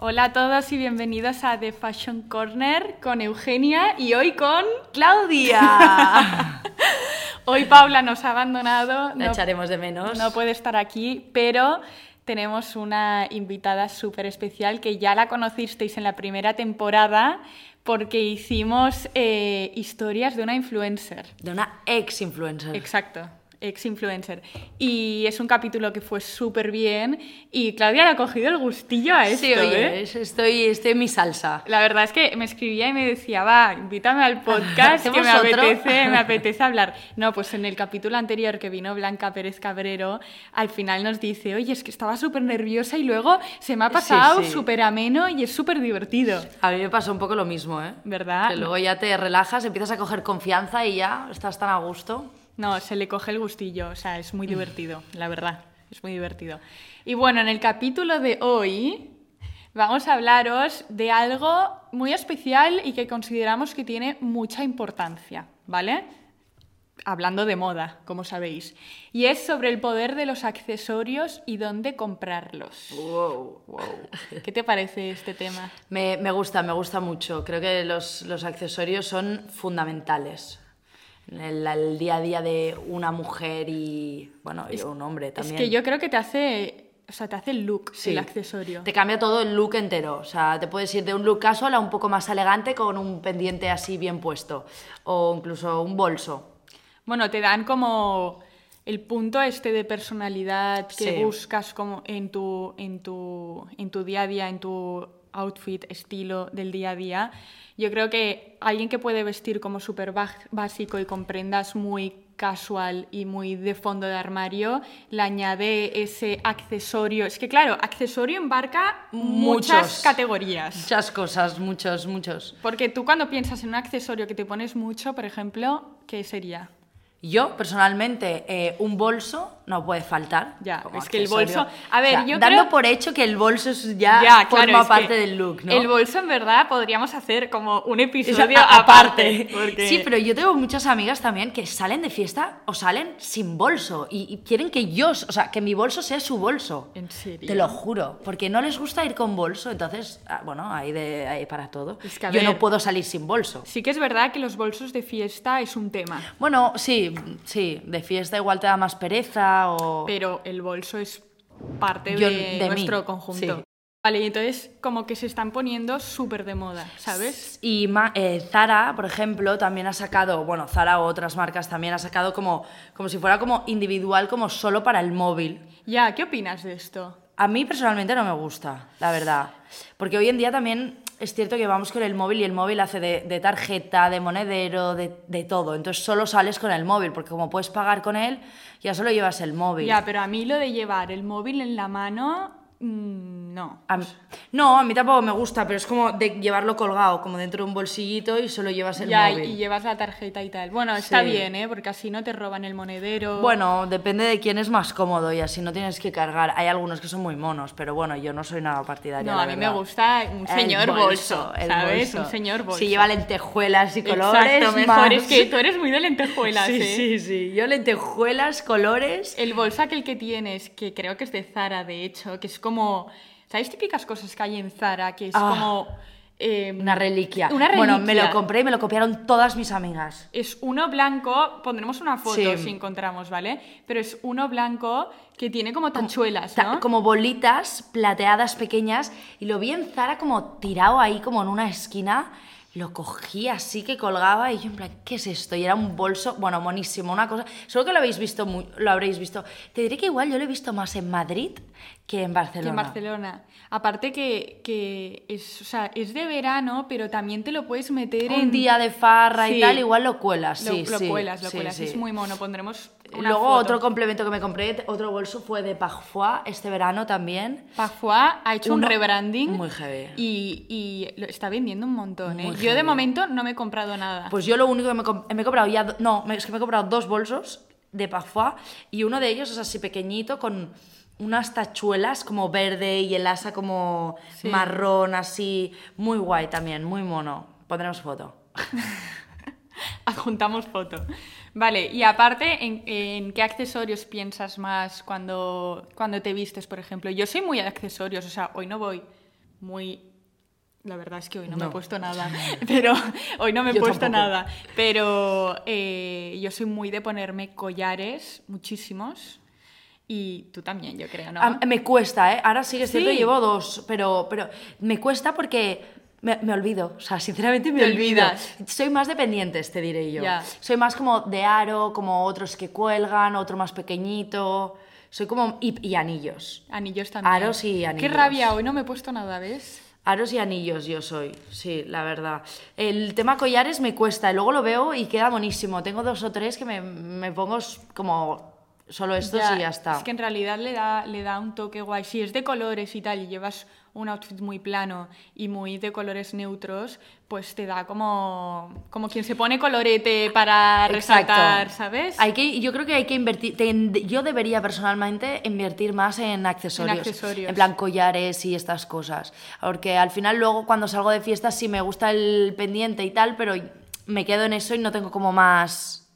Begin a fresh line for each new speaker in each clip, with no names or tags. Hola a todos y bienvenidos a The Fashion Corner con Eugenia y hoy con Claudia. hoy Paula nos ha abandonado.
La echaremos de menos.
No puede estar aquí, pero tenemos una invitada súper especial que ya la conocisteis en la primera temporada porque hicimos eh, historias de una influencer.
De una ex influencer.
Exacto, ex influencer. Y es un capítulo que fue súper bien y Claudia le ha cogido el gustillo a esto.
Sí,
¿eh?
oye, Ah, es- estoy, estoy en mi salsa.
La verdad es que me escribía y me decía, va, invítame al podcast que me
¿Hacemos otro?
apetece, me apetece hablar. No, pues en el capítulo anterior que vino Blanca Pérez Cabrero, al final nos dice, oye, es que estaba súper nerviosa y luego se me ha
Sí,
pasado
sí.
súper ameno y es súper divertido.
A mí me pasó un poco lo mismo, ¿eh?
¿Verdad?
Que luego ya te relajas, empiezas a coger confianza y ya estás tan a gusto.
No, se le coge el gustillo, o sea, es muy
Mm.
divertido, la verdad, es muy divertido. Y bueno, en el capítulo de hoy vamos a hablaros de algo muy especial y que consideramos que tiene mucha importancia, ¿vale? Hablando de moda, como sabéis. Y es sobre el poder de los accesorios y dónde comprarlos.
Wow.
¿Qué te parece este tema?
Me, me gusta, me gusta mucho. Creo que los, los accesorios son fundamentales en el, el día a día de una mujer y, bueno, y un hombre también.
Es que yo creo que te hace, o sea, te hace el look,
Sí.
el accesorio.
Te cambia todo el look entero. O sea, te puedes ir de un look casual a un poco más elegante con un pendiente así bien puesto. O incluso un bolso.
Bueno, te dan como el punto este de personalidad que
Sí.
buscas como en tu, en tu, en tu día a día, en tu outfit, estilo del día a día. Yo creo que alguien que puede vestir como súper baj- básico y con prendas muy casual y muy de fondo de armario, le añade ese accesorio. Es que claro, accesorio embarca muchas
Muchos.
categorías.
Muchas cosas, muchos, muchos.
Porque tú cuando piensas en un accesorio que te pones mucho, por ejemplo, ¿qué sería?
Yo, personalmente, eh, un bolso no puede faltar.
Ya,
como
es que el
accesorio.
bolso- a ver, yo
Dando
creo-
por hecho que el bolso es ya,
Ya,
forma
claro, es que
parte del look, ¿no?
El bolso, en verdad, podríamos hacer como un
Eso
episodio
a-
aparte. porque-
Sí, pero yo tengo muchas amigas también que salen de fiesta o salen sin bolso y, y quieren que yo, o sea, que mi bolso sea su bolso.
¿En serio?
Te lo juro, porque no les gusta ir con bolso, entonces, ah, bueno, hay, de, hay para todo.
Es que, a
yo
ver-
no puedo salir sin bolso.
Sí que es verdad que los bolsos de fiesta es un tema,
Bueno, sí, sí, de fiesta igual te da más pereza o...
pero el bolso es parte
Yo-
de,
de mí,
nuestro conjunto.
sí.
Vale, y entonces como que se están poniendo súper de moda, ¿sabes?
Y ma- eh, Zara, por ejemplo, también ha sacado, bueno, Zara o otras marcas también ha sacado como, como si fuera como individual, como solo para el móvil.
Ya, ¿qué opinas de esto?
A mí personalmente no me gusta, la verdad. Porque hoy en día también es cierto que vamos con el móvil y el móvil hace de, de tarjeta, de monedero, de, de todo. Entonces solo sales con el móvil, porque como puedes pagar con él, ya solo llevas el móvil.
Ya, pero a mí lo de llevar el móvil en la mano, mm, no.
A mí- no, a mí tampoco me gusta, pero es como de llevarlo colgado, como dentro de un bolsillito y solo llevas el
Ya, y-
móvil.
y llevas la tarjeta y tal. Bueno, está
Sí.
bien, ¿eh? Porque así no te roban el monedero.
Bueno, depende de quién es más cómodo y así no tienes que cargar. Hay algunos que son muy monos, pero bueno, yo no soy nada partidaria.
No,
la
a mí me
verdad.
gusta un
El
señor bolso,
el
¿sabes?
bolso.
Un señor bolso.
Si lleva lentejuelas y colores.
Exacto, mejor.
más.
Es que tú eres muy de lentejuelas,
sí,
¿eh?
sí, sí. Yo lentejuelas, colores.
El bolso aquel que tienes, que creo que es de Zara, de hecho, que es como... ¿Sabes típicas cosas que hay en Zara? Que es
Ah.
como... eh,
Una reliquia.
Una reliquia.
Bueno, me lo compré y me lo copiaron todas mis amigas.
Es uno blanco, pondremos una foto
Sí.
si encontramos, ¿vale? Pero es uno blanco que tiene como tachuelas,
Ta-
¿no?
Como bolitas plateadas pequeñas. Y lo vi en Zara como tirado ahí, como en una esquina. Lo cogí así que colgaba y yo en plan, ¿qué es esto? Y era un bolso, bueno, monísimo, una cosa. Solo que lo habéis visto, muy- lo habréis visto. Te diré que igual yo lo he visto más en Madrid que en
que
Barcelona.
en Barcelona. Aparte que, que es, o sea, es de verano, pero también te lo puedes meter en...
Un día de farra
Sí.
y tal, igual lo cuelas,
Lo,
sí,
lo
sí,
cuelas, lo
sí,
cuelas.
sí.
Es muy mono. Pondremos una
Luego
foto.
otro complemento que me compré, otro bolso fue de Parfois este verano también.
Parfois ha hecho un
Uno-
rebranding.
Muy heavy.
Y, y lo está vendiendo un montón, ¿eh?
Muy
Yo de
heavy.
momento no me he comprado nada.
Pues yo lo único que me, com- me he comprado ya, do- no, me- es que me he comprado dos bolsos de Parfois y uno de ellos es así pequeñito con unas tachuelas como verde y el asa como
Sí.
marrón así, muy guay también, muy mono. Pondremos foto.
Adjuntamos foto. Vale, y aparte, ¿en, en qué accesorios piensas más cuando, cuando te vistes, por ejemplo? Yo soy muy de accesorios, o sea, hoy no voy muy... La verdad es que hoy no, me he
No.
puesto nada, pero hoy no me he
Yo
puesto
tampoco.
nada, pero eh, yo soy muy de ponerme collares, muchísimos, y tú también, yo creo, ¿no?
A- me cuesta, ¿eh? Ahora sí que es cierto,
Sí.
llevo dos, pero, pero me cuesta porque me, me olvido. O sea, sinceramente me
Te
olvido.
olvidas.
Soy más dependientes, te diré yo.
Ya.
Soy más como de aro, como otros que cuelgan, otro más pequeñito. Soy como... Y, y anillos.
Anillos también.
Aros y anillos.
Qué rabia, hoy no me he puesto nada, ¿ves?
Aros y anillos yo soy, sí, la verdad. El tema collares me cuesta, y luego lo veo y queda buenísimo. Tengo dos o tres que me, me pongo s- como solo estos y ya está.
Es que en realidad le da, le da un toque guay. Si es de colores y tal, y llevas un outfit muy plano y muy de colores neutros, pues te da como, como quien se pone colorete para
Exacto.
resaltar, ¿sabes?
Hay que, yo creo que hay que invertir. ten- yo debería personalmente invertir más en accesorios.
En accesorios.
En plan collares y estas cosas. Porque al final, luego cuando salgo de fiestas, sí me gusta el pendiente y tal, pero me quedo en eso y no tengo como más.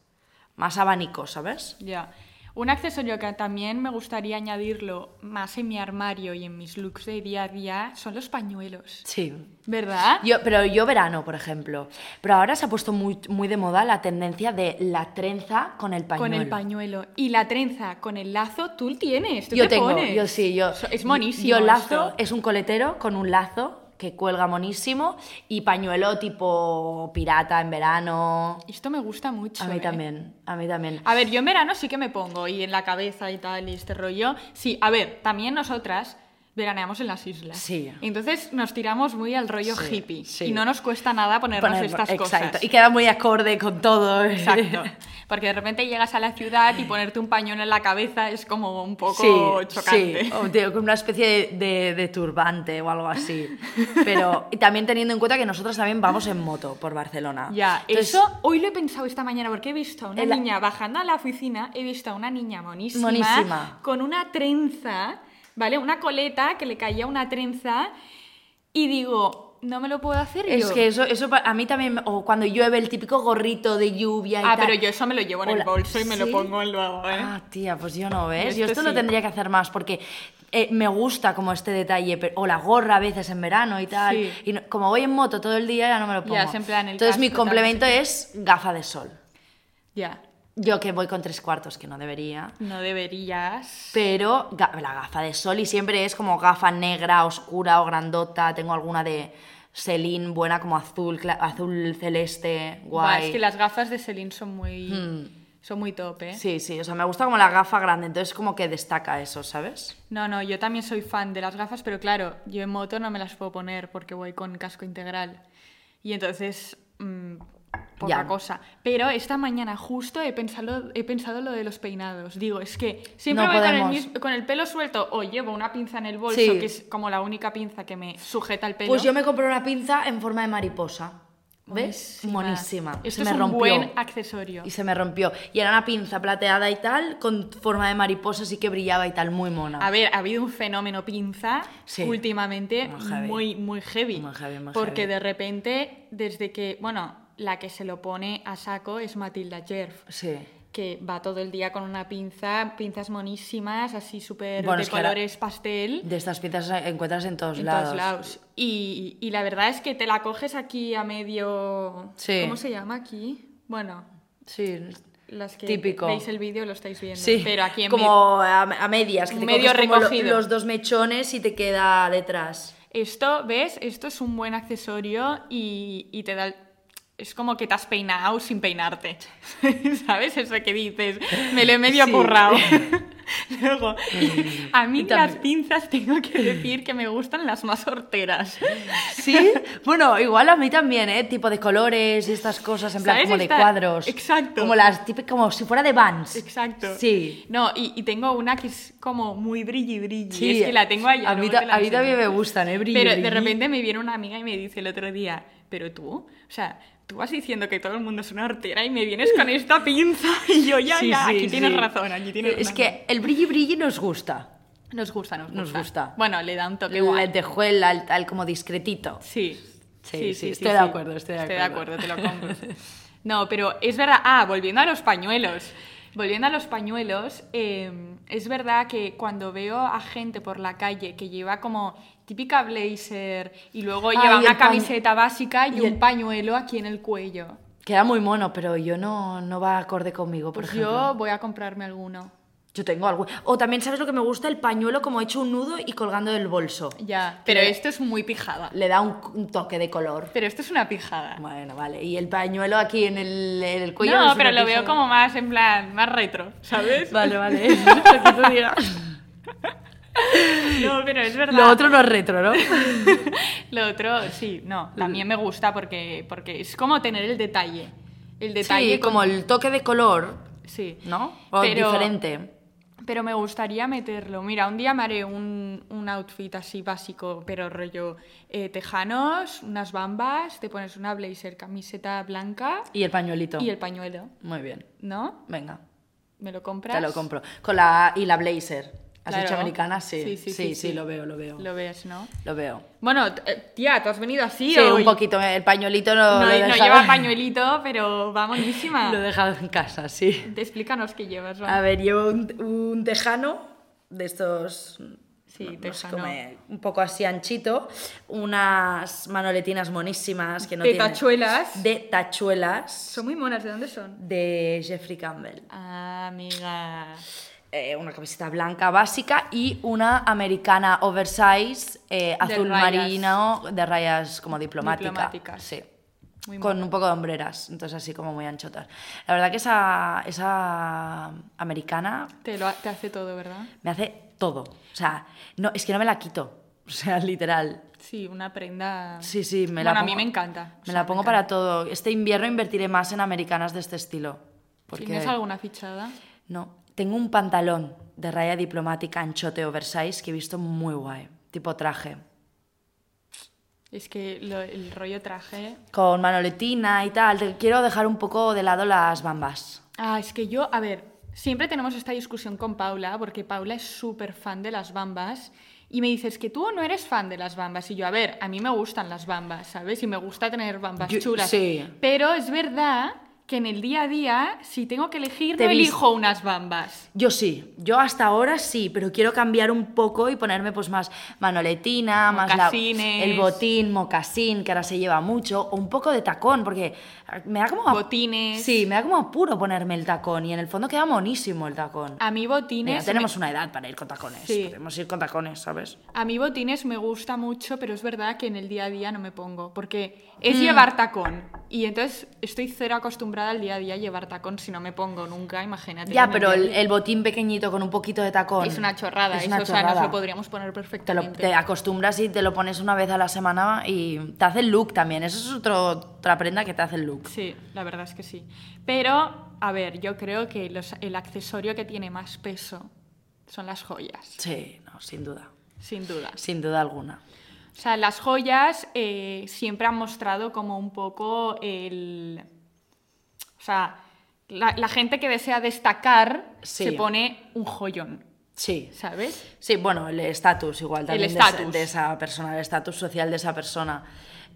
Más abanico, ¿sabes?
Ya. Un accesorio que también me gustaría añadirlo más en mi armario y en mis looks de día a día son los pañuelos.
Sí.
¿Verdad?
Yo, pero yo verano, por ejemplo. Pero ahora se ha puesto muy, muy de moda la tendencia de la trenza con el pañuelo.
Con el pañuelo. Y la trenza con el lazo, tú lo tienes. Tú
Yo
te
tengo,
pones.
yo sí, yo.
So- Es monísimo.
Yo
esto.
lazo, es un coletero con un lazo que cuelga monísimo y pañuelo tipo pirata en verano.
Esto me gusta mucho.
A mí
¿eh?
también, a mí también.
A ver, yo en verano sí que me pongo y en la cabeza y tal y este rollo. Sí, a ver, también nosotras veraneamos en las islas.
Sí.
Entonces nos tiramos muy al rollo
Sí,
hippie
sí.
y no nos cuesta nada ponernos
Poner-
estas
exacto,
cosas.
y queda muy acorde con todo.
Exacto. Porque de repente llegas a la ciudad y ponerte un pañuelo en la cabeza es como un poco chocante.
sí, o de- con una especie de, de- de turbante o algo así. Pero y también teniendo en cuenta que nosotros también vamos en moto por Barcelona.
Ya,
Entonces,
eso hoy lo he pensado esta mañana porque he visto a una
En la-
niña bajando a la oficina, he visto a una niña monísima,
Monísima.
con una trenza, ¿vale? Una coleta que le caía una trenza y digo, no me lo puedo hacer
Es
yo.
que eso, eso pa- a mí también, o cuando llueve el típico gorrito de lluvia y
ah,
tal.
pero yo eso me lo llevo en
Hola,
el bolso y me
¿sí?
lo pongo luego, ¿eh?
Ah, tía, pues yo no, ¿ves?
Yo
Yo
esto
esto lo
sí.
tendría que hacer más porque eh, me gusta como este detalle, pero- o la gorra a veces en verano y tal.
Sí.
Y no- como voy en moto todo el día, ya no me lo
Ya,
pongo.
es en plan el
Entonces mi
casco, tal,
complemento es gafa de sol.
Ya,
Yo que voy con tres cuartos, que no debería.
no deberías.
Pero ga- la gafa de sol y siempre es como gafa negra, oscura o grandota. Tengo alguna de Celine buena, como azul, cla- azul celeste, guay. Hmm.
Buah, es que las gafas de Celine son muy, son muy top, ¿eh?
Sí, sí, o sea, me gusta como la gafa grande, entonces como que destaca eso, ¿sabes?
No, no, yo también soy fan de las gafas, pero claro, yo en moto no me las puedo poner porque voy con casco integral. Y entonces, mm, poca
Ya.
cosa. Pero esta mañana justo he pensado, he pensado lo de los peinados. Digo, es que siempre
No
voy con el,
podemos.
mis- con el pelo suelto o llevo una pinza en el bolso,
Sí.
que es como la única pinza que me sujeta el pelo.
Pues yo me compré una pinza en forma de mariposa. ¿Ves?
Monísima.
Monísima.
Esto
se me
es un
rompió.
buen accesorio.
Y se me rompió. Y era una pinza plateada y tal, con forma de mariposa, así que brillaba y tal, muy mona.
A ver, ha habido un fenómeno pinza
Sí.
últimamente
Muy heavy.
muy, muy heavy.
Muy heavy, muy
porque
heavy.
de repente, desde que, bueno, la que se lo pone a saco es Matilda Jerf,
Sí.
que va todo el día con una pinza, pinzas monísimas, así súper
Bueno,
de
es que ahora-
colores pastel.
De estas pinzas encuentras en todos
en
lados.
todos lados. Y, y la verdad es que te la coges aquí a medio...
Sí.
¿Cómo se llama aquí? Bueno,
Sí.
las que
Típico.
veis el vídeo lo estáis viendo.
Sí.
Pero aquí en
como a, a medias, que te
Medio
coges como lo-
recogido.
los dos mechones y te queda detrás.
Esto, ¿ves? Esto es un buen accesorio y, y te da... el- Es como que te has peinado sin peinarte. ¿Sabes? Eso que dices, me lo he medio
Sí.
currado. Luego, a mí
Y
las
también-
pinzas tengo que decir que me gustan las más horteras.
Sí, bueno, igual a mí también, ¿eh? Tipo de colores y estas cosas, en plan
¿Sabes?
como
Esta-
de cuadros.
Exacto.
Como las típicas, como si fuera de Vans.
Exacto.
Sí.
No, y, y tengo una que es como muy brilli brilli.
Sí,
es que la tengo allá.
A mí,
luego
ta-
te la
a mí también me
enseño.
gustan, ¿eh? Brilli,
Pero de
brilli.
repente me viene una amiga y me dice el otro día, pero tú, o sea, tú vas diciendo que todo el mundo es una hortera y me vienes con esta pinza y yo ya,
Sí,
ya,
sí,
aquí tienes
sí.
razón, aquí tienes
Es
razón.
que el brilli brilli nos gusta.
nos gusta, nos gusta.
nos gusta.
Bueno, le da un toque
La
guay.
lentejuela, el tal, como discretito.
Sí.
Sí, sí, estoy de acuerdo, estoy de acuerdo.
Estoy de acuerdo, te lo compro. No, pero es verdad. Ah, volviendo a los pañuelos. Volviendo a los em, pañuelos, eh, es verdad que cuando veo a gente por la calle que lleva como típica blazer y luego
Ah,
lleva
y
una
el paño-
camiseta básica y,
y
un
el-
pañuelo aquí en el cuello.
Queda muy mono, pero yo no, no va acorde conmigo, por
Pues
ejemplo.
yo voy a comprarme alguno.
Yo tengo algo. O también, ¿sabes lo que me gusta? El pañuelo como hecho un nudo y colgando del bolso.
Ya, pero
Que-
esto es muy pijada.
Le da un, un toque de color.
Pero esto es una pijada.
Bueno, vale. Y el pañuelo aquí en el, en el cuello.
No,
es
pero
una
lo veo
pijada.
como más en plan, más retro, ¿sabes?
Vale, vale. Lo que tú digas.
No, pero es verdad.
Lo otro no es retro, ¿no?
Lo otro, sí, no, también me gusta porque, porque es como tener el detalle. El detalle
sí, como el toque de color,
con- Sí.
¿no? O
Pero-
diferente.
Pero me gustaría meterlo. Mira, un día me haré un, un outfit así básico, pero rollo eh, tejanos, unas bambas, te pones una blazer, camiseta blanca
Y el pañuelito.
y el pañuelo,
Muy bien.
¿no?
Venga,
¿Me lo compras?
te lo compro. Con la y la blazer. ¿Has
Claro.
dicho americana? Sí.
Sí, sí, sí, sí.
lo veo, lo veo. Lo,
Lo ves, ¿no?
veo.
Bueno, t- eh, tía, tú has venido así
Sí,
hoy?
un poquito. eh, El pañuelito no,
No,
lo
no
he dejado-
lleva pañuelito, pero va buenísima.
Lo he dejado en casa, sí.
Te Explícanos qué llevas, Ron.
A ver, llevo un, un tejano de estos.
Sí,
no- no sé
tejano.
cómo, eh, un poco así anchito. Unas manoletinas monísimas que no
De
tienen.
tachuelas.
De tachuelas.
Son muy monas, ¿de dónde son?
De Jeffrey Campbell.
Ah, amiga.
Eh, una camiseta blanca básica y una americana oversize eh,
rayas.
azul marino de rayas como diplomática.
Diplomáticas.
Sí.
Muy
Con
mono.
un poco de hombreras, entonces así como muy anchotas. La verdad que esa, esa americana
Te, lo, ha- te hace todo, ¿verdad?
me hace todo. O sea, no, es que no me la quito. O sea, literal.
Sí, una prenda.
Sí, sí, me
bueno,
la
a mí
pongo-
me encanta. O
Me
sea,
la
me
pongo para todo. Este invierno invertiré más en americanas de este estilo. Porque...
¿Tienes alguna fichada?
No, tengo un pantalón de raya diplomática anchote oversize que he visto muy guay, tipo traje,
Es que lo- el rollo traje.
con manoletina y tal. Te quiero dejar un poco de lado las bambas.
Ah, es que yo, a ver, siempre tenemos esta discusión con Paula, porque Paula es súper fan de las bambas. Y me dices que tú no eres fan de las bambas. Y yo, a ver, a mí me gustan las bambas, ¿sabes? Y me gusta tener bambas
Yo-
chulas.
sí.
Pero es verdad que en el día a día, si tengo que elegir,
Te
no
vis-
elijo unas bambas.
Yo sí, yo hasta ahora sí, pero quiero cambiar un poco y ponerme pues más manoletina, más la-
Mocasines.
el botín, mocasín, que ahora se lleva mucho, o un poco de tacón, porque me da como...
Botines.
Ah. Sí, me da como apuro ponerme el tacón y en el fondo queda monísimo el tacón.
A mí
Mira,
botines. me-
tenemos una edad para ir con tacones,
Sí.
podemos ir con tacones, ¿sabes?
A mí botines me gusta mucho, pero es verdad que en el día a día no me pongo, porque es
Mm.
llevar tacón. Y entonces estoy cero acostumbrada al día a día a llevar tacón si no me pongo nunca, imagínate.
Ya,
en el
pero
día a
el,
día.
el botín pequeñito con un poquito de tacón.
Es una chorrada,
Es
eso,
una
o sea, nos
chorrada.
lo podríamos poner
Te, lo-
perfectamente.
te acostumbras y te lo pones una vez a la semana y te hace el look también. Eso es otro, otra prenda que te hace el look.
Sí, la verdad es que sí. Pero, a ver, yo creo que los- el accesorio que tiene más peso son las joyas,
Sí, no, sin duda.
sin duda.
Sin duda alguna.
O sea, las joyas eh, siempre han mostrado como un poco el... O sea, la, la gente que desea destacar
Sí.
se pone un joyón,
Sí.
¿sabes?
Sí, bueno, el estatus igual también. de
estatus.
esa- De, esa persona, el estatus social de esa persona.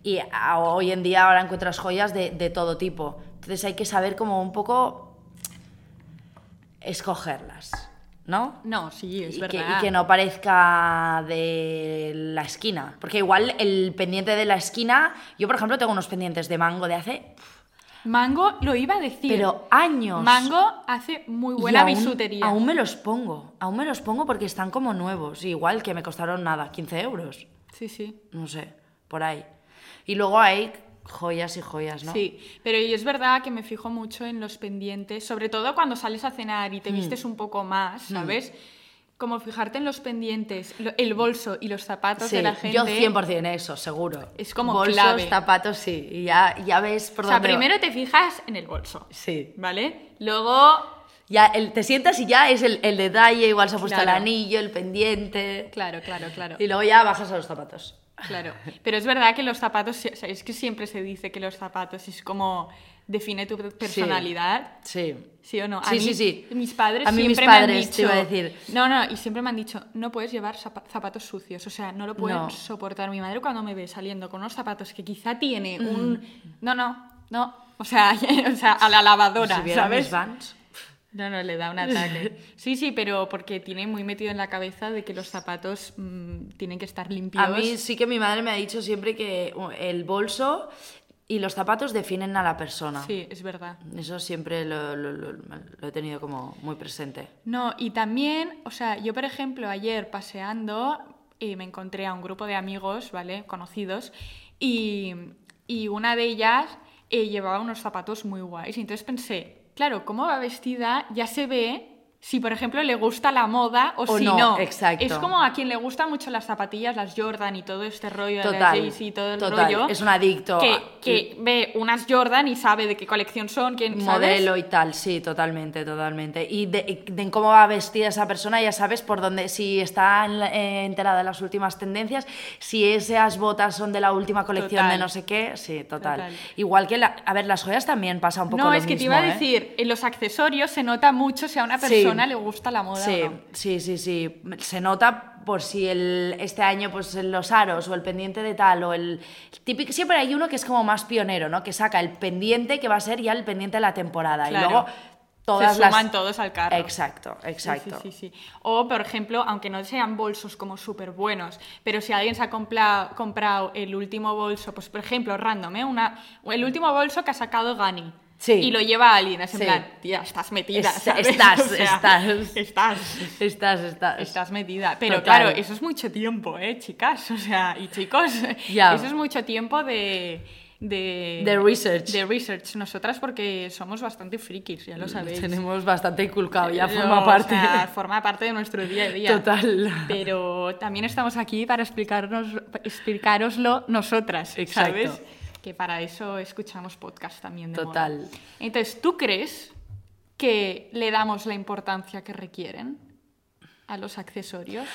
Y a- hoy en día ahora encuentras joyas de, de todo tipo. Entonces hay que saber como un poco escogerlas, ¿no?
No, sí, es
y, que,
verdad.
y que no parezca de la esquina. Porque igual el pendiente de la esquina, yo por ejemplo tengo unos pendientes de mango de hace,
Mango, lo iba a decir.
pero años.
Mango hace muy
Y
buena
aún-
bisutería.
Aún me los pongo, aún me los pongo porque están como nuevos. Igual que me costaron nada, 15 euros,
Sí, sí.
no sé, por ahí. Y luego hay joyas y joyas, ¿no?
Sí, pero y es verdad que me fijo mucho en los pendientes, sobre todo cuando sales a cenar y te
Hmm.
vistes un poco más, ¿sabes? Como fijarte en los pendientes, lo- el bolso y los zapatos
Sí,
de la gente.
yo 100% eso, seguro.
Es como
Bolsos,
clave.
zapatos, sí. Y ya, ya ves por
O sea,
dónde va.
primero te fijas en el bolso,
Sí.
¿vale? Luego,
Ya, el- te sientas y ya es el, el detalle, igual se ha puesto
Claro.
el anillo, el pendiente.
claro, claro, claro.
Y luego ya bajas a los zapatos.
Claro. Pero es verdad que los zapatos, o sea, es que siempre se dice que los zapatos es como define tu personalidad.
Sí.
¿Sí o no?
Sí, sí, sí.
Mis padres
A mí mis
siempre me han
padres,
dicho.
te iba a decir.
No, no, y siempre me han dicho, no puedes llevar zapa- zapatos sucios. O sea, no lo pueden
No.
soportar. Mi madre cuando me ve saliendo con unos zapatos que quizá tiene
Mm.
un. No, no, no. O sea, o sea, a la lavadora,
si vieran
¿sabes?
mis Vans.
No, no, le da un ataque. Sí, sí, pero porque tiene muy metido en la cabeza de que los zapatos mm, tienen que estar limpios.
A mí sí que mi madre me ha dicho siempre que uh, el bolso y los zapatos definen a la persona.
Sí, es verdad.
Eso siempre lo, lo- lo- lo he tenido como muy presente.
No, y también, o sea, yo por ejemplo ayer paseando eh, me encontré a un grupo de amigos, ¿vale? Conocidos, y, y una de ellas eh, llevaba unos zapatos muy guays. Y entonces pensé, claro, cómo va vestida ya se ve si, por ejemplo, le gusta la moda o,
O
si
no,
no.
exacto.
Es como a quien le gustan mucho las zapatillas, las Jordan y todo este rollo, las
Total.
Yeezy y todo el
total.
rollo.
Es un adicto.
que,
a-
que ve unas Jordan y sabe de qué colección son, quién ¿sabes?
modelo y tal, sí, totalmente, totalmente. Y de, de en cómo va vestida esa persona, ya sabes por dónde, si está en la- eh, enterada de las últimas tendencias, si esas botas son de la última colección
Total.
de no sé qué, sí, total.
Total.
Igual que, la, a ver, las joyas también pasa un poco
No,
lo
es que te
mismo,
iba a
¿eh?
decir, en los accesorios se nota mucho si a una
Sí.
persona le gusta la moda
Sí,
o no.
sí, sí, sí. Se nota por si el, este año pues los aros o el pendiente de tal o el típico... Siempre hay uno que es como más pionero, ¿no? Que saca el pendiente que va a ser ya el pendiente de la temporada.
Claro.
Y luego todas
se suman
las...
todos al carro.
Exacto,
Sí, sí,
exacto.
sí, sí. O, por ejemplo, aunque no sean bolsos como súper buenos, pero si alguien se ha compla- comprado el último bolso, pues por ejemplo, random, ¿eh? Una, el último bolso que ha sacado Gani.
Sí.
Y lo lleva a alguien, es en
Sí.
plan, tía, estás metida.
Es-
¿sabes?
estás,
O sea,
estás.
Estás.
Estás, estás.
Estás metida. Pero
Total.
claro, eso es mucho tiempo, ¿eh, chicas? O sea, y chicos,
Ya.
eso es mucho tiempo de... De,
De research.
De research. Nosotras porque somos bastante frikis, ya lo sabéis.
Mm, Tenemos bastante inculcado, ya
Pero,
forma
o
parte.
sea, forma parte de nuestro día a día.
Total.
Pero también estamos aquí para explicarnos, explicaroslo nosotras,
Exacto.
¿sabes? Que para eso escuchamos podcast también de moda.
Total.
Entonces, ¿tú crees que le damos la importancia que requieren a los accesorios?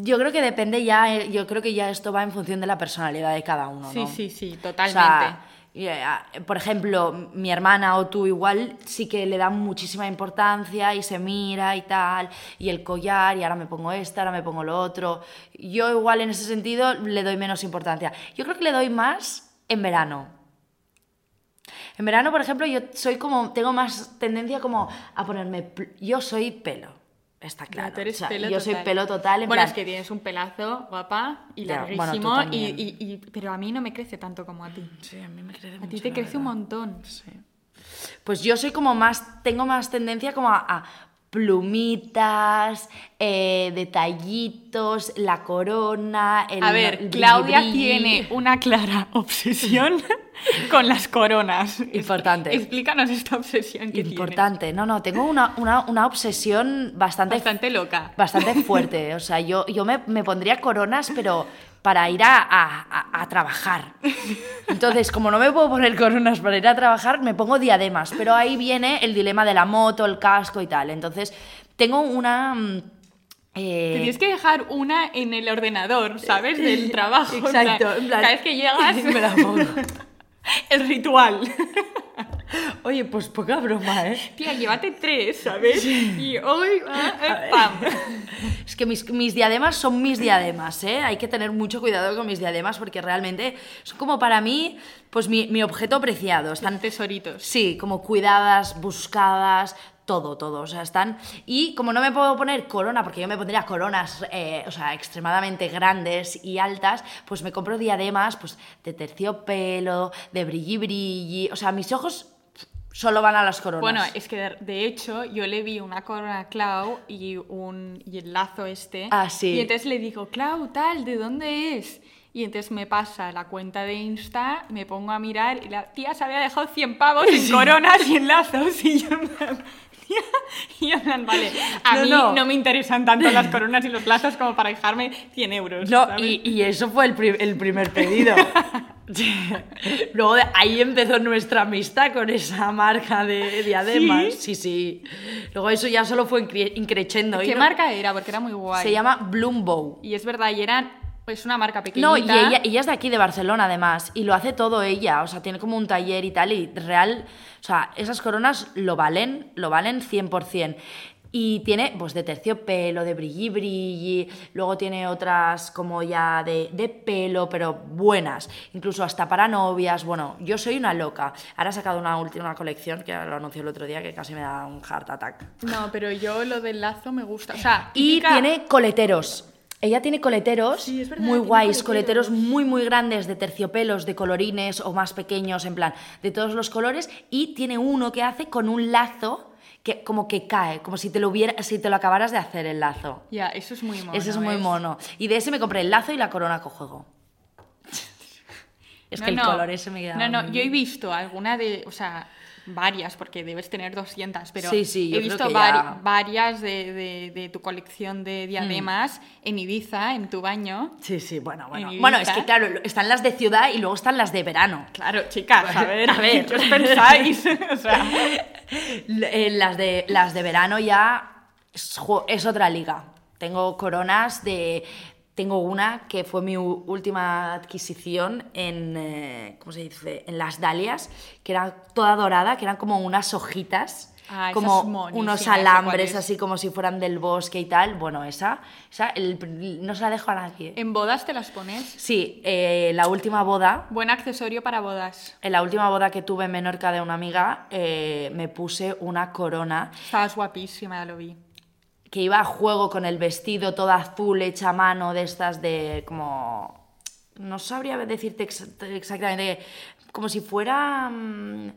Yo creo que depende ya, eh, yo creo que ya esto va en función de la personalidad de cada uno,
Sí,
¿no?
sí, sí,
O
totalmente.
sea, ya, por ejemplo, mi hermana o tú igual sí que le dan muchísima importancia y se mira y tal, y el collar, y ahora me pongo esto, ahora me pongo lo otro. Yo igual en ese sentido le doy menos importancia. Yo creo que le doy más en verano. En verano, por ejemplo, yo soy como, tengo más tendencia como a ponerme, pl- yo soy pelo. Está
Ya,
claro.
tú eres
o sea,
pelo
yo soy
total.
pelo total. En
bueno,
plan,
es que tienes un pelazo guapa y
Ya, bueno, tú
larguísimo, y,
también.
y- y- pero a mí no me crece tanto como a ti.
Sí, a mí me crece
A ti
mucho,
te
la
crece un
verdad.
montón.
Pues yo soy como más, tengo más tendencia como a, a plumitas, eh, detallitos, la corona, el...
A
el
ver,
brilli
Claudia
brilli.
tiene una clara obsesión con las coronas.
Importante.
Explícanos esta obsesión que
Importante, no, no, tengo una, una- una obsesión bastante,
tienes. Bastante loca.
bastante fuerte. ¿eh? O sea, yo, yo me, me pondría coronas, pero para ir a, a- a- a trabajar. Entonces, como no me puedo poner coronas para ir a trabajar, me pongo diademas. Pero ahí viene el dilema de la moto, el casco y tal. Entonces, tengo una... mm, eh,
Tenías que dejar una en el ordenador, ¿sabes? Del trabajo. en plan,
Exacto, en plan-
Cada vez que llegas,
Me la pongo.
el ritual.
Oye, pues poca broma, ¿eh?
Tía, llévate tres, ¿sabes? Y hoy, ah, eh, pam.
Es que mis, mis diademas son mis diademas, ¿eh? Hay que tener mucho cuidado con mis diademas porque realmente son como para mí, pues mi, mi objeto preciado. Están,
Tan tesoritos.
sí, como cuidadas, buscadas, todo, todo. O sea, están... Y como no me puedo poner corona, porque yo me pondría coronas, eh, o sea, extremadamente grandes y altas, pues me compro diademas, pues, de terciopelo, de brilli brilli. O sea, mis ojos solo van a las coronas.
Bueno, es que de- de hecho yo le vi una corona a Clau y, un, y el lazo este.
Ah, sí.
Y entonces le digo, Clau, tal, ¿de dónde es? Y entonces me pasa la cuenta de Insta, me pongo a mirar y la tía se había dejado 100 pavos en coronas y en lazos. Y yo en plan, tía, y yo en plan, vale, a
No,
mí
no.
no. me interesan tanto las coronas y los lazos como para dejarme 100 euros.
No,
¿sabes?
y, y eso fue el, pri- el primer pedido. Luego de- ahí empezó nuestra amistad con esa marca de diademas. Sí, sí. Luego eso ya solo fue incre- increchendo. y
¿Qué
no-
marca era? Porque era muy guay.
Se llama Bloombow.
Y es verdad, y eran... Es una marca pequeñita.
No, y ella, ella es de aquí, de Barcelona, además, y lo hace todo ella, o sea, tiene como un taller y tal, y real, o sea, esas coronas lo valen, lo valen 100%. Y tiene, pues, de terciopelo, de brilli brilli, luego tiene otras como ya de, de pelo, pero buenas, incluso hasta para novias. Bueno, yo soy una loca. Ahora he sacado una última colección, que lo anunció el otro día, que casi me da un heart attack.
No, pero yo lo del lazo me gusta. O sea,
Y
típica-
tiene coleteros. Ella tiene coleteros
Sí, es verdad,
muy
tiene
guays,
coleteros.
coleteros. muy muy grandes de terciopelos, de colorines o más pequeños, en plan, de todos los colores y tiene uno que hace con un lazo que como que cae, como si te lo hubiera si te lo acabaras de hacer el lazo.
Ya, eso es muy mono.
ese es muy
¿ves?
mono. Y de ese me compré el lazo y la corona con juego. Es
No,
que
no.
el color ese me queda
No, no,
muy-
yo he visto alguna de. O sea, varias, porque debes tener 200, pero.
Sí, sí, yo
He
creo
visto
que
vari-
ya- Mm.
varias de, de- de tu colección de diademas en Ibiza, en tu baño.
Sí, sí, bueno, bueno.
En
Bueno, es
Ibiza.
que claro, están las de ciudad y luego están las de verano.
Claro, chicas, Pues, a ver,
a ver.
¿qué os pensáis? o sea,
Eh, las, de, las de verano ya es, jo- es otra liga. Tengo coronas de... Tengo una que fue mi u- última adquisición en, eh, ¿cómo se dice? En las dalias, que era toda dorada, que eran como unas hojitas,
Ah, esa es
como
monísima,
unos
sé cuál
alambres
es.
así como si fueran del bosque y tal. Bueno, esa, esa el pr- no se la dejo a nadie.
en bodas te las pones.
Sí, eh, la última boda,
Buen accesorio para bodas.
en la última boda que tuve en Menorca de una amiga, eh, me puse una corona
Estabas guapísima, ya lo vi.
que iba a juego con el vestido toda azul, hecha a mano, de estas de como... No sabría decirte ex- exactamente, como si fuera... mm,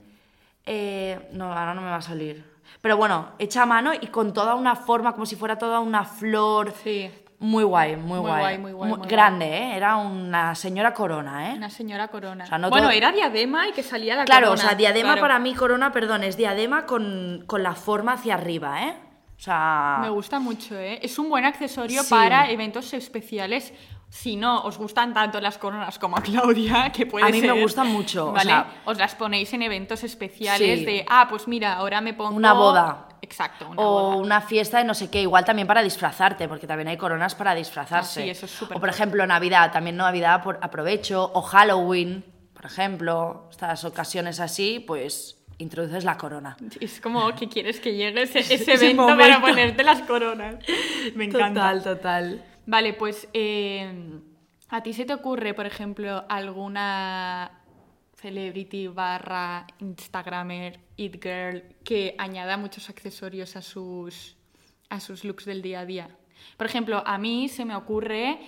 eh, no, ahora no me va a salir. Pero bueno, hecha a mano y con toda una forma, como si fuera toda una flor.
Sí.
Muy guay,
Muy
muy,
guay, muy guay, muy
grande, ¿eh? Era una señora corona, ¿eh?
Una señora corona.
sea, no
bueno,
todo-
era diadema y que salía la
Claro,
corona.
o sea, diadema
claro.
para mí, corona, perdón, es diadema con, con la forma hacia arriba, ¿eh? O sea...
Me gusta mucho, ¿eh? Es un buen accesorio
Sí.
para eventos especiales. Si no os gustan tanto las coronas como a Claudia, que puede
A mí me
ser,
gusta mucho, o
¿vale?
sea-
os las ponéis en eventos especiales
Sí.
de, ah, pues mira, ahora me pongo...
Una boda.
Exacto, una
o
boda.
una fiesta de no sé qué, igual también para disfrazarte, porque también hay coronas para disfrazarse.
Ah, sí, eso es súper
o por
top.
ejemplo Navidad, también Navidad por, aprovecho, o Halloween, por ejemplo, estas ocasiones así, pues introduces la corona.
Es como que quieres que llegue ese, ese
Ese
evento para
momento.
ponerte las coronas. Me encanta.
total.
Vale, pues eh, a ti se te ocurre, por ejemplo, alguna celebrity barra Instagramer, it girl, que añada muchos accesorios a sus, a sus looks del día a día. Por ejemplo, a mí se me ocurre,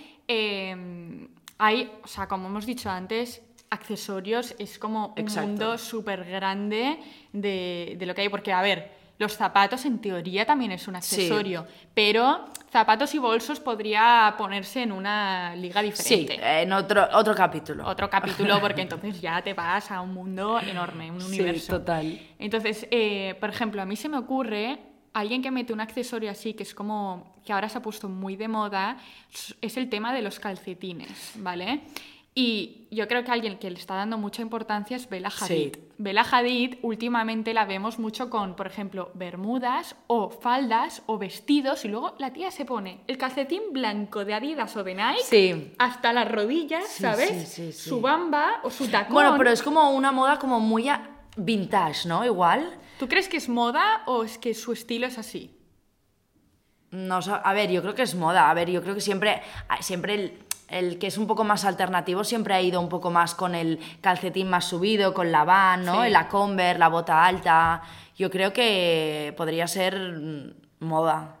eh, hay, o sea, como hemos dicho antes, accesorios es como un
Exacto.
mundo súper grande de, de lo que hay, porque a ver, los zapatos en teoría también es un
Sí.
accesorio, pero zapatos y bolsos podría ponerse en una liga
Sí,
diferente.
en otro, otro capítulo.
Otro capítulo, porque entonces ya te vas a un mundo enorme, un
Sí,
universo.
total.
Entonces, eh, por ejemplo, a mí se me ocurre alguien que mete un accesorio así, que es como que ahora se ha puesto muy de moda, s- es el tema de los calcetines, ¿vale? Y yo creo que alguien que le está dando mucha importancia es Bella Hadid.
Sí.
Bella Hadid últimamente la vemos mucho con, por ejemplo, bermudas o faldas o vestidos y luego la tía se pone el calcetín blanco de Adidas o de Nike
Sí.
hasta las rodillas,
Sí,
¿sabes?
sí, sí, sí.
Su bamba o su tacón.
Bueno, pero es como una moda como muy a- vintage, ¿no? Igual.
¿Tú crees que es moda o es que su estilo es así?
No, sa- a ver, yo creo que es moda. A ver, yo creo que siempre, a- siempre el, el que es un poco más alternativo siempre ha ido un poco más con el calcetín más subido, con la van, ¿no?
Sí.
La Converse, la bota alta. Yo creo que podría ser mm, moda.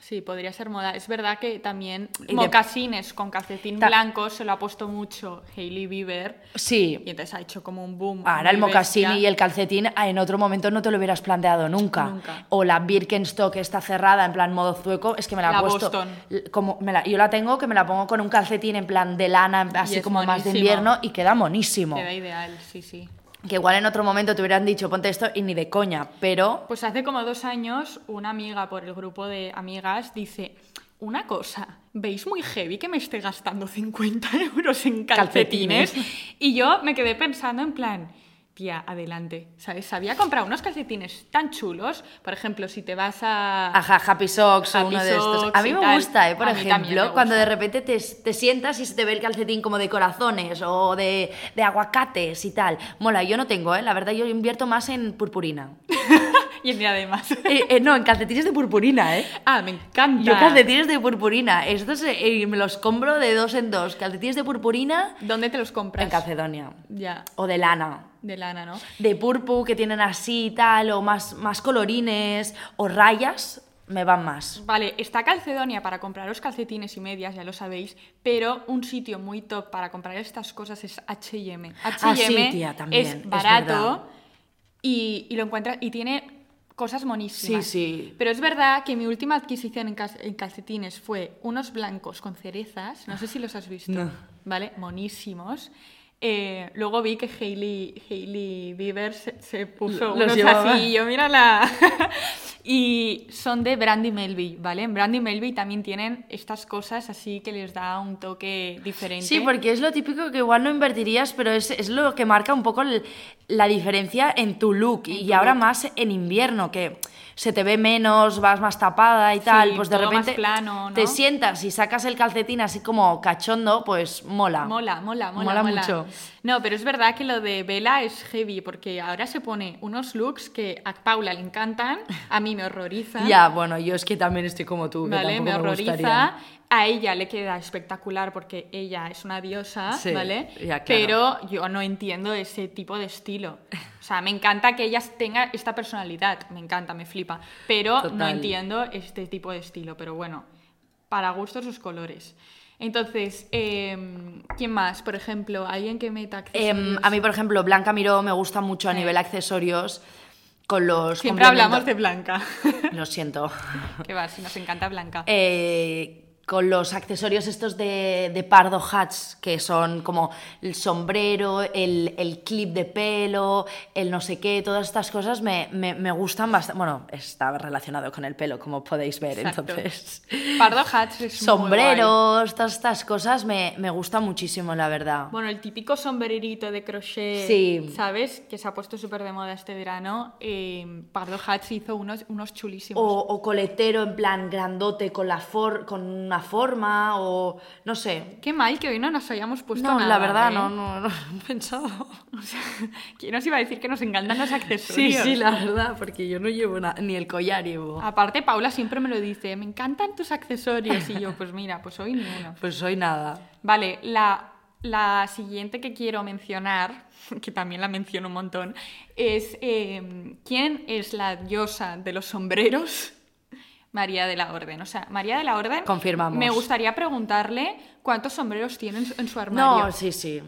Sí, podría ser moda. Es verdad que también
Y de-
mocasines con calcetín
Ta-
blanco se lo ha puesto mucho Hailey Bieber y
Sí.
entonces ha hecho como un boom.
Ahora el
muy
mocasín
bestia.
y el calcetín ah, en otro momento no te lo hubieras planteado nunca.
Nunca.
O la Birkenstock está cerrada en plan modo zueco, es que me la,
La
he puesto.
Boston.
l- Como me la- yo la tengo que me la pongo con un calcetín en plan de lana, así
es
como más de
monísimo.
invierno y queda monísimo.
Queda ideal, sí, sí.
que igual en otro momento te hubieran dicho ponte esto y ni de coña, pero
Pues hace como dos años, una amiga por el grupo de amigas dice: Una cosa, ¿veis muy heavy que me esté gastando 50 euros en calcetines? Y yo me quedé pensando en plan. Tía, adelante. ¿Sabes? Había comprado unos calcetines tan chulos. Por ejemplo, si te vas a.
ajá, Happy Socks o
Happy
uno de estos.
Socks
A
y
mí me
tal.
gusta, ¿eh? por
A mí también me
ejemplo, cuando
gusta.
de repente te, te sientas y se te ve el calcetín como de corazones o de, de aguacates y tal. Mola, yo no tengo, ¿eh? la verdad yo invierto más en purpurina.
y en diademas.
Eh, eh, no, en calcetines de purpurina, ¿eh?
Ah, me encanta.
Yo calcetines de purpurina. Estos eh, me los compro de dos en dos. Calcetines de purpurina
¿Dónde te los compras?
en Calcedonia.
Ya,
O de lana.
de lana, ¿no?
De purpu que tienen así y tal, o más, más colorines, o rayas, me van más.
Vale, está Calcedonia para compraros calcetines y medias, ya lo sabéis, pero un sitio muy top para comprar estas cosas es H&M. H&M
Ah, tía, también, es
es
verdad.
barato y, y lo encuentras y tiene cosas monísimas.
Sí, sí.
Pero es verdad que mi última adquisición en, cas- en calcetines fue unos blancos con cerezas, no sé si los has visto,
No.
¿vale? Monísimos. Eh, luego vi que Hailey, Hailey Bieber se, se puso
Los
unos
llevaba.
así y yo, mírala. y son de Brandy Melville, ¿vale? En Brandy Melville también tienen estas cosas así que les da un toque diferente.
Sí, porque es lo típico que igual no invertirías, pero es, es lo que marca un poco el- la diferencia en tu look. y ahora más en invierno, que se te ve menos, vas más tapada y tal. pues de
todo más
repente
plano, ¿no?
te sientas y sacas el calcetín así como cachondo, pues mola.
Ah. Mola, mola, mola.
Mola mucho.
No, pero es verdad que lo de Vela es heavy porque ahora se pone unos looks que a Paula le encantan, a mí me horrorizan.
Ya, bueno, yo es que también estoy como tú, que
¿Vale?
tampoco
Me
me,
horroriza.
gustaría.
a ella le queda espectacular porque ella es una diosa,
Sí,
¿vale?
ya, claro.
Pero yo no entiendo ese tipo de estilo. O sea, me encanta que ella tenga esta personalidad, me encanta, me flipa, pero no
Total.
entiendo este tipo de estilo, pero bueno, para gustos sus colores. Entonces, em, ¿quién más? Por ejemplo, alguien que meta
Em,
accesorios?
a mí, por ejemplo, Blanca Miró me gusta mucho a
Sí.
nivel accesorios con los
Siempre hablamos de Blanca.
de... Lo siento.
que va, si nos encanta Blanca.
Eh, con los accesorios estos de, de pardo hats, que son como el sombrero, el, el clip de pelo, el no sé qué, todas estas cosas me, me- me gustan bastante. Bueno, está relacionado con el pelo, como podéis ver,
Exacto.
entonces.
Pardo Hats es muy guay.
Sombreros, todas estas cosas me, me gustan muchísimo, la verdad.
Bueno, el típico sombrerito de crochet,
Sí.
¿sabes? Que se ha puesto súper de moda este verano. eh, Pardo Hatch hizo unos, unos chulísimos.
O, o coletero en plan grandote con, la for- con una forma, o no sé.
Qué mal que hoy no nos hayamos puesto
No,
nada.
la verdad,
¿eh?
no, no, no he pensado.
O sea, ¿Quién nos iba a decir que nos encantan los
Sí,
accesorios?
sí, la verdad, porque yo no llevo na- ni el collar llevo.
Aparte, Paula siempre me lo dice, me encantan tus accesorios. Y yo, pues mira, pues hoy ni uno.
Pues soy nada.
Vale, la, la siguiente que quiero mencionar, que también la menciono un montón, es eh, ¿quién es la diosa de los sombreros? María de la Orden. O sea, María de la Orden.
Confirmamos.
Me gustaría preguntarle cuántos sombreros tiene en su- en su armario.
No, sí, sí.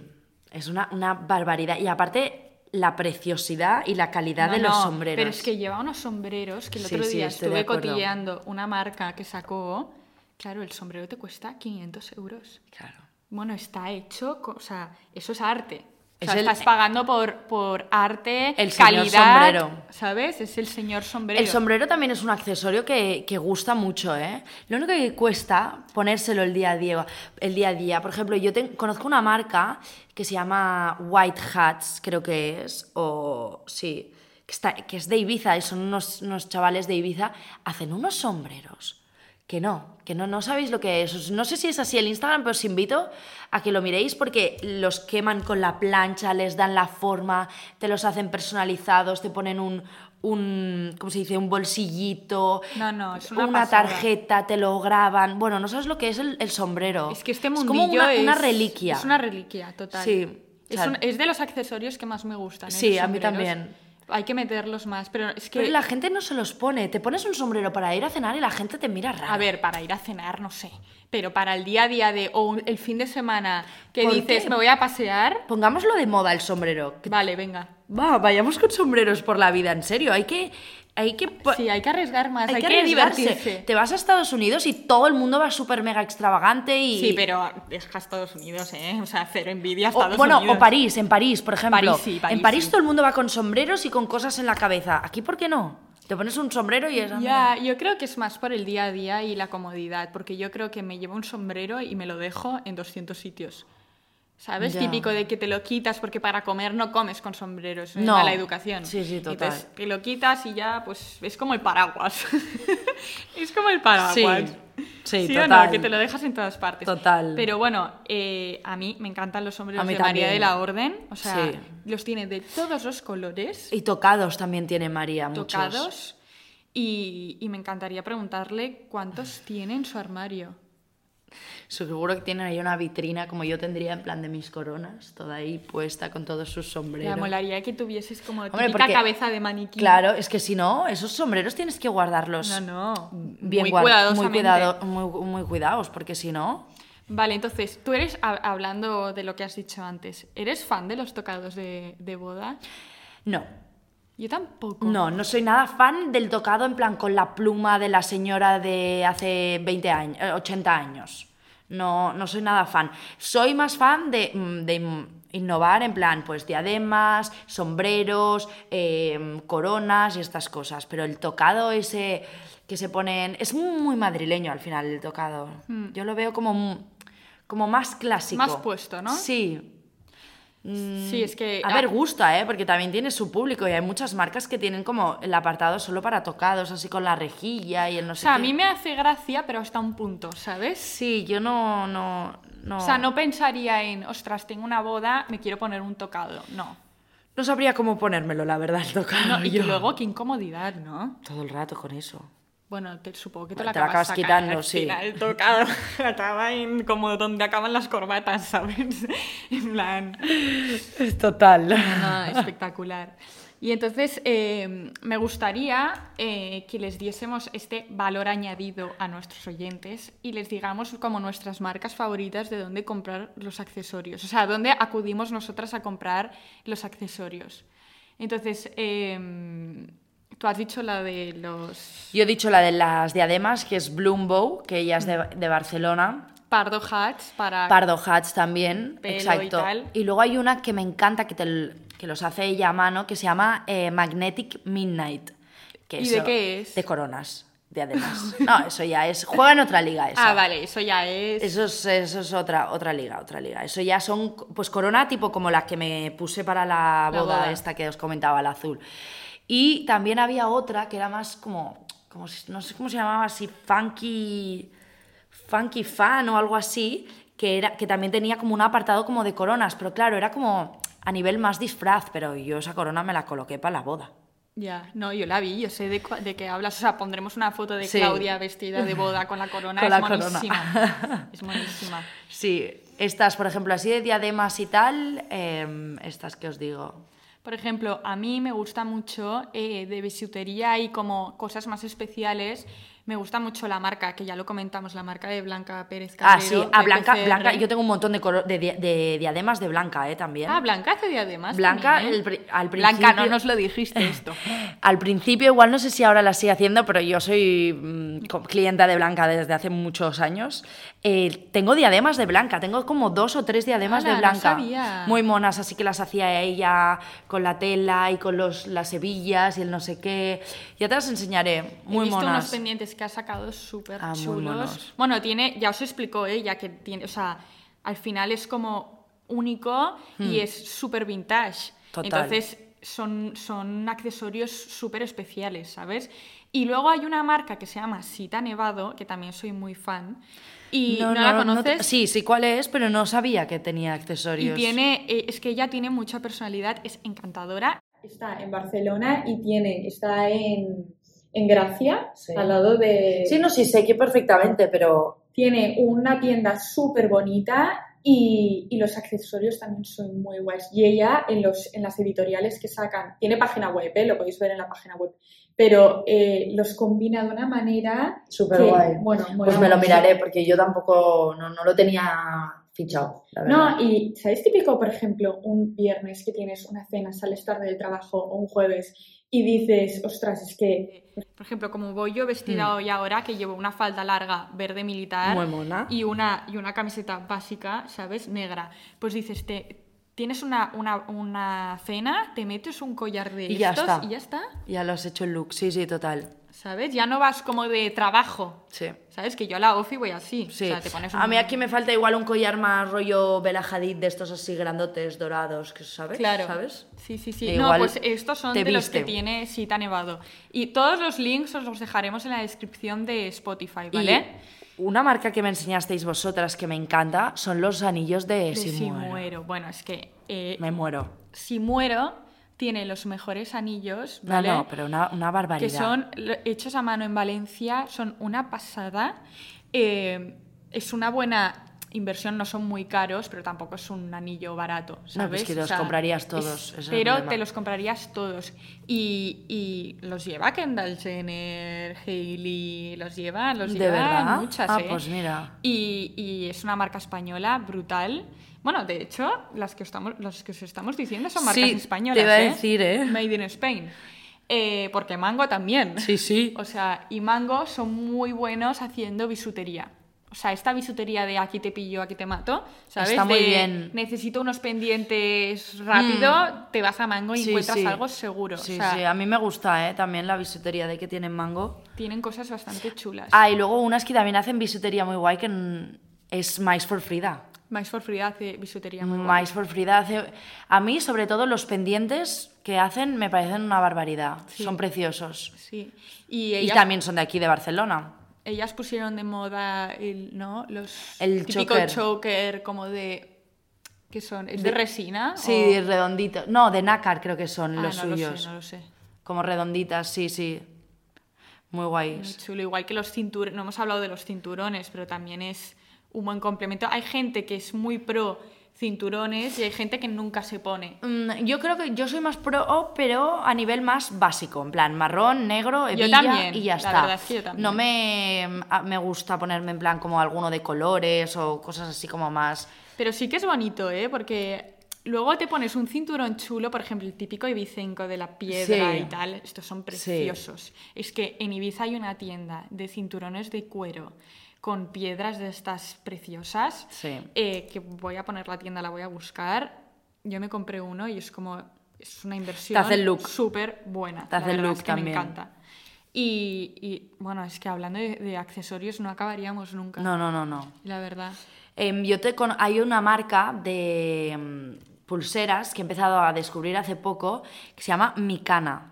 Es una, una barbaridad. Y aparte, la preciosidad y la calidad de
No,
los
no,
sombreros.
Pero es que lleva unos sombreros que el
Sí,
otro
sí,
día
estoy
estuve
de acuerdo.
cotilleando una marca que sacó. Claro, el sombrero te cuesta 500 euros.
Claro.
Bueno, está hecho, co- o sea, eso es arte. O
Es
sea,
el-
estás pagando por, por arte,
El señor
calidad,
sombrero.
¿sabes? Es el señor sombrero.
El sombrero también es un accesorio que, que gusta mucho, ¿eh? Lo único que cuesta ponérselo el día a día. El día, a día. Por ejemplo, yo ten- conozco una marca que se llama White Hats, creo que es, o sí, que, está, que es de Ibiza, y son unos, unos chavales de Ibiza, hacen unos sombreros. Que no, que no, no sabéis lo que es. Os- No sé si es así el Instagram, pero os invito a que lo miréis porque los queman con la plancha, les dan la forma, te los hacen personalizados, te ponen un, un ¿cómo se dice? Un bolsillito,
No, no, es una pasada.
tarjeta, te lo graban. Bueno, no sabes lo que es el, el sombrero.
Es que este
Es
mundillo
como una,
es
una reliquia.
Es una reliquia, total.
Sí,
Es,
claro.
un- es de los accesorios que más me gustan. ¿eh?
Sí,
Los
a mí
sombreros.
también.
Hay que meterlos más, pero es que...
Pero la gente no se los pone. Te pones un sombrero para ir a cenar y la gente te mira raro.
A ver, para ir a cenar, no sé. Pero para el día a día de... O un- el fin de semana que
¿Por
dices,
qué?
me voy a pasear.
Pongámoslo de moda el sombrero. que
Vale, venga.
Va, vayamos con sombreros por la vida, en serio. Hay que. Hay que. po-
Sí, hay que arriesgar más, hay,
Pues arriesgarse.
divertirse.
Te vas a Estados Unidos y todo el mundo va súper mega extravagante y.
Sí, pero es que a Estados Unidos, ¿eh? O sea, cero envidia a
O-
Estados
bueno,
Unidos.
o París, en París, por ejemplo.
París, sí, París,
en París
sí.
todo el mundo va con sombreros y con cosas en la cabeza. Aquí, ¿por qué no? Te pones un sombrero y es. ah,
Ya, yo creo que es más por el día a día y la comodidad, porque yo creo que me llevo un sombrero y me lo dejo en 200 sitios. ¿Sabes?
Ya.
Típico de que te lo quitas porque para comer no comes con sombreros, es
No.
mala educación.
Sí, sí, total.
Entonces, te lo quitas y ya, pues es como el paraguas. es como el paraguas.
Sí. Sí,
¿Sí o
total.
no? Que te lo dejas en todas partes.
Total.
Pero bueno, eh, a mí me encantan los sombreros
A mí
de María
también.
de la Orden. O sea,
Sí.
los tiene de todos los colores,
Y tocados también tiene María, muchos.
tocados. Y, y me encantaría preguntarle cuántos tiene en su armario.
Seguro que tienen ahí una vitrina como yo tendría en plan de mis coronas, toda ahí puesta con todos sus sombreros.
Me molaría que tuvieses como
Hombre,
típica
porque-
cabeza de maniquí.
Claro, es que si no, esos sombreros tienes que
No,
guardarlos
no.
mm, bien
muy
guard- muy,
cuidadosamente.
cuidado, muy, muy cuidados, porque si no...
Vale, entonces, tú eres, ha- hablando de lo que has dicho antes, ¿eres fan de los tocados de, de boda?
No,
Yo tampoco.
no, no soy nada fan del tocado en plan con la pluma de la señora de hace 20 años, eh, 80 años. No, no soy nada fan. Soy más fan de, mm, de mm, innovar en plan, pues diademas, sombreros, eh, coronas y estas cosas. Pero el tocado ese que se ponen... Es muy madrileño al final el tocado. Yo lo veo como, mm, como más clásico.
Más puesto, ¿no?
Sí,
Sí, es que...
a ver, gusta, ¿eh? Porque también tiene su público y hay muchas marcas que tienen como el apartado solo para tocados, así con la rejilla y el no
O
sé
sea, a
qué.
mí me hace gracia, pero hasta un punto, ¿sabes?
Sí, yo no... no, no
O sea, no pensaría en, ostras, tengo una boda, me quiero poner un tocado. No.
no sabría cómo ponérmelo, la verdad, el tocado.
No, y
yo.
luego, qué incomodidad, ¿no?
Todo el rato con eso.
Bueno, te, supongo que te, lo
Te la
acabas,
acabas
sacando
quitando,
al
sí.
final, El tocado acaba en como donde acaban las corbatas, ¿sabes? En plan...
Es total.
No, Ah, espectacular. Y entonces eh, me gustaría eh, que les diésemos este valor añadido a nuestros oyentes y les digamos como nuestras marcas favoritas de dónde comprar los accesorios, o sea, dónde acudimos nosotras a comprar los accesorios. Entonces, eh, tú has dicho la de los
Yo he dicho la de las diademas, que es Bloombow, que ella es de, de Barcelona.
pardo hats para...
Pardo Hats también,
Pelo y
exacto.
tal.
luego hay una que me encanta que, te l- que los hace ella a mano, que se llama eh, Magnetic Midnight. que
¿Y de
eso-
qué es?
De coronas, de además. no, eso ya es. Juega en otra liga eso.
ah, vale, eso ya es...
Eso es, eso es otra, otra liga, otra liga. Eso ya son, pues corona tipo como las que me puse para la
La
boda,
boda.
esta que os comentaba, la azul. Y también había otra que era más como, como si- no sé cómo se llamaba, así funky, funky fan o algo así, que, era, que también tenía como un apartado como de coronas, pero claro, era como a nivel más disfraz, pero yo esa corona me la coloqué para la boda.
Ya, no, yo la vi, yo sé de, cua- de qué hablas. O sea, pondremos una foto de
Sí.
Claudia vestida de boda con la corona.
Con
es
la corona.
monísima. Es monísima.
Sí, estas, por ejemplo, así de diademas y tal, em, estas que os digo.
Por ejemplo, a mí me gusta mucho eh, de bisutería y como cosas más especiales. Me gusta mucho la marca, que ya lo comentamos, la marca de Blanca Pérez
Ah,
Cabrero,
sí, a
de
Blanca,
PCR.
Blanca, yo tengo un montón de, coro- de, di- de diademas de Blanca, ¿eh? También.
Ah, Blanca hace diademas.
Blanca,
también, ¿eh?
el pri- al
Blanca, no
principio-
nos lo dijiste esto.
Al principio, igual no sé si ahora la sigue haciendo, pero yo soy mm, co- clienta de Blanca desde hace muchos años. Eh, tengo diademas de Blanca, tengo como dos o tres diademas
Ala,
de
no
Blanca.
sabía.
Muy monas, así que las hacía ella con la tela y con los, las hebillas y el no sé qué. Ya te las enseñaré, muy
He visto unos
monas.
pendientes que ha sacado súper
Ah, muy
chulos.
monos.
Bueno, tiene, ya os explicó ella que tiene, o sea, al final es como único y es súper vintage.
Hmm. Total.
Entonces son, son accesorios súper especiales, ¿sabes? Y luego hay una marca que se llama Sita Nevado, que también soy muy fan. ¿Y no, la
te-
conoces?
sí, sí, cuál es, pero no sabía que tenía accesorios.
Y tiene, eh, es que ella tiene mucha personalidad, es encantadora. Está en Barcelona y tiene, está en, en Gracia,
Sí.
al lado de...
Sí, no, sí, sé que perfectamente, pero
Tiene una tienda súper bonita y, y los accesorios también son muy guays. Y ella en, los, en las editoriales que sacan, tiene página web, ¿eh? lo podéis ver en la página web, pero eh, los combina de una manera...
Súper
que,
guay.
Bueno,
Pues
mola
me lo
mucho.
miraré porque yo tampoco no, no lo tenía fichado. La verdad.
No, y ¿sabéis típico, por ejemplo, un viernes que tienes una cena, sales tarde del trabajo o un jueves y dices, ostras, es que... Mm. Por ejemplo, como voy yo vestida hoy ahora, que llevo una falda larga verde militar
Muy mona.
y una, y una camiseta básica, ¿sabes? Negra. Pues dices, te, tienes una, una, una cena, te metes un collar de
Y ya
estos
está.
y ya está.
Ya lo has hecho el look, sí, sí, total.
¿sabes? Ya no vas como de trabajo.
Sí.
¿Sabes? Que yo a la ofi voy así.
Sí.
O sea, te pones un-
A mí aquí me falta igual un collar más rollo Bella Hadid de estos así grandotes, dorados, que ¿sabes?
Claro.
¿Sabes?
Sí, sí, sí.
E
no,
igual
pues estos son de
te
los que
viste.
tiene Sita Nevado. Y todos los links os los dejaremos en la descripción de Spotify,
Y
Pues ¿vale?
una marca que me enseñasteis vosotras que me encanta son los anillos de,
De
Si
si
Muero.
muero. Bueno, es que eh,
Me muero.
si muero tiene los mejores anillos,
No,
¿vale?
no, pero una, una barbaridad.
que son lo- hechos a mano en Valencia, son una pasada. Eh, es una buena inversión, no son muy caros, pero tampoco es un anillo barato. ¿sabes?
No, pues que los comprarías todos, ese es el
pero
problema.
te los comprarías todos. Y, y los lleva Kendall Jenner, Hailey, los lleva, los
¿De
lleva
verdad?
pues muchas.
Ah,
¿eh?
pues mira.
Y, y es una marca española brutal. Bueno, de hecho, las que, estamos, las que os estamos diciendo son marcas
Sí, te
españolas.
iba a
¿eh?
decir, ¿eh?
Made in Spain. Eh, porque Mango también.
Sí, sí.
O sea, y Mango son muy buenos haciendo bisutería. O sea, esta bisutería de aquí te pillo, aquí te mato, ¿sabes?
Está muy
De
bien. Mm.
Necesito unos pendientes rápido, te vas a Mango y
Sí,
encuentras
sí.
algo seguro.
Sí,
o sea,
sí, a mí me gusta, ¿eh? También la bisutería de que tienen mango.
tienen cosas bastante chulas.
Ah, y luego unas que también hacen bisutería muy guay que mm, es Mais for Frida.
Mais for Frida hace bisutería muy guay.
Mais for Frida hace... A mí, sobre todo, los pendientes que hacen me parecen una barbaridad. Son preciosos.
Sí. Y
Y
ellas,
también son de aquí, de Barcelona.
ellas pusieron de moda el, ¿no? Los
El
típico
choker.
choker como de que son, ¿es de,
De-
resina?
Sí,
o-
redonditos. No, de nácar creo que son
oh. Ah,
los
no lo sé,
suyos.
no lo sé.
Como redonditas, sí, sí. Muy
Muy
guays.
chulo, igual que los cinturones, no hemos hablado de los cinturones, pero también es un buen complemento. Hay gente que es muy pro cinturones y hay gente que nunca se pone.
Mm, Yo creo que yo soy más pro, pero a nivel más básico, en plan marrón, negro, hebilla
también,
y ya
la
está.
verdad es que yo también.
No me, mm, a- me gusta ponerme en plan como alguno de colores o cosas así como más.
Pero sí que es bonito, ¿eh? Porque luego te pones un cinturón chulo, por ejemplo, el típico ibicenco de la piedra
Sí.
y tal. Estos son preciosos. Es que en Ibiza hay una tienda de cinturones de cuero con piedras de estas preciosas.
Sí.
eh, que voy a poner la tienda, la voy a buscar. Yo me compré uno y es como. Es una inversión
hace el look.
súper buena.
Te hace
la
el
verdad
look
es que me
también.
encanta. Y, y, bueno, es que hablando de, de accesorios no acabaríamos nunca.
No, no, no, no.
La verdad.
Em, yo te con- hay una marca de em, pulseras que he empezado a descubrir hace poco que se llama Micana.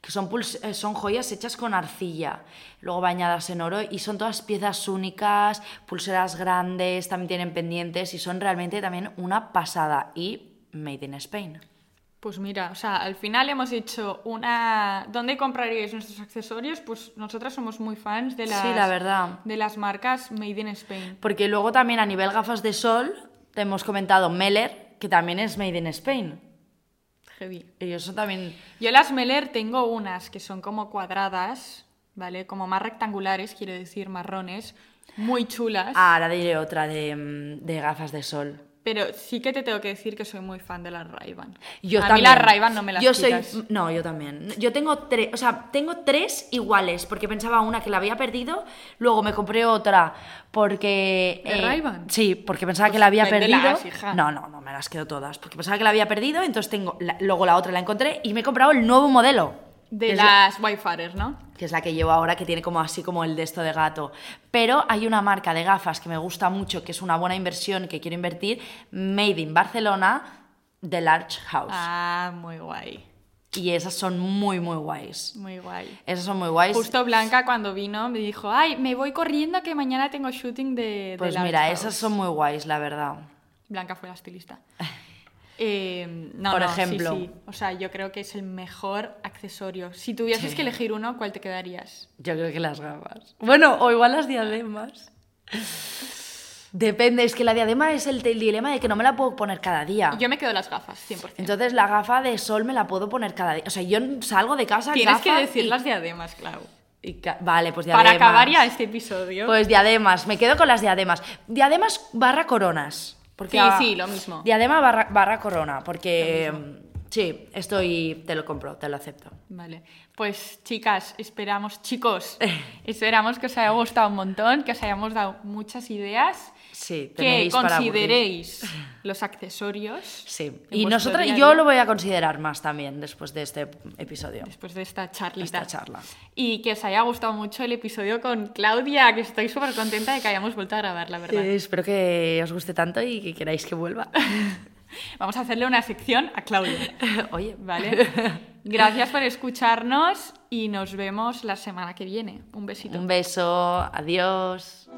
Que son, puls- eh, son joyas hechas con arcilla, luego bañadas en oro, y son todas piezas únicas, pulseras grandes, también tienen pendientes, y son realmente también una pasada. Y made in Spain.
Pues mira, o sea, al final hemos hecho una... ¿Dónde compraríais nuestros accesorios? Pues nosotras somos muy fans de
Sí,
las,
la verdad.
De las marcas Made in Spain.
Porque luego también a nivel gafas de sol, te hemos comentado Meller, que también es made in Spain.
Heavy.
Ellos son también.
Yo las Meller tengo unas que son como cuadradas, ¿vale? Como más rectangulares, quiero decir, marrones, muy chulas.
Ah, ahora diré otra de, em, de gafas de sol.
Pero sí que te tengo que decir que soy muy fan de las Ray-Ban.
Yo
a mí
también.
las Ray-Ban no me las
yo
quitas.
soy No, yo también. Yo tengo tres, o sea, tengo tres iguales, porque pensaba una que la había perdido, luego me compré otra porque... eh,
¿De Ray-Ban? Pues
Sí, porque pensaba que la había perdido.
véndelas, hija.
No, no, no, me las quedo todas, porque pensaba que la había perdido, entonces tengo, la- luego la otra la encontré y me he comprado el nuevo modelo. que
De
es la-
las Wayfarer, ¿no?
que es la que llevo ahora, que tiene como así como el de esto de gato. Pero hay una marca de gafas que me gusta mucho, que es una buena inversión que quiero invertir, Made in Barcelona, The Large House.
Ah, muy guay,
Y esas son muy, muy guays.
muy guay.
Esas son muy guays.
Justo Blanca cuando vino me dijo, ay, me voy corriendo que mañana tengo shooting de... de
pues
Large
mira,
House".
esas son muy guays, la verdad.
Blanca fue la estilista. Eh, no,
Por
no, sí,
ejemplo.
sí. O sea, yo creo que es el mejor accesorio. Si tuvieses que elegir uno, ¿cuál te quedarías?
Yo creo que las gafas. Bueno, o igual las diademas. Depende, es que la diadema es el, el dilema de que no me la puedo poner cada día.
Yo me quedo las gafas, 100%.
Ah. Entonces la gafa de sol me la puedo poner cada día. O sea, yo salgo de casa
Tienes
gafa
que decir
y-
las diademas, claro.
y ca- Vale, pues diademas.
Para acabar ya este episodio.
Pues diademas, me quedo con las diademas. Diademas barra coronas. Porque
Sí,
a-
sí, lo mismo.
Diadema barra, barra corona, porque... mm, Sí, estoy... Te lo compro, te lo acepto.
Vale, pues chicas, esperamos, chicos, esperamos que os haya gustado un montón, que os hayamos dado muchas ideas
Sí,
que
tenéis para aburrir.
consideréis los accesorios.
Sí,
en
y
vuestro
nosotros,
día a
yo
día
lo voy a considerar más también después de este episodio,
Después de esta charlita.
esta charla.
Y que os haya gustado mucho el episodio con Claudia, que estoy súper contenta de que hayamos vuelto a grabar, la verdad.
Eh, espero que os guste tanto y que queráis que vuelva.
Vamos a hacerle una sección a Claudia.
Oye,
¿Vale? Gracias por escucharnos y nos vemos la semana que viene. Un besito.
un beso, adiós.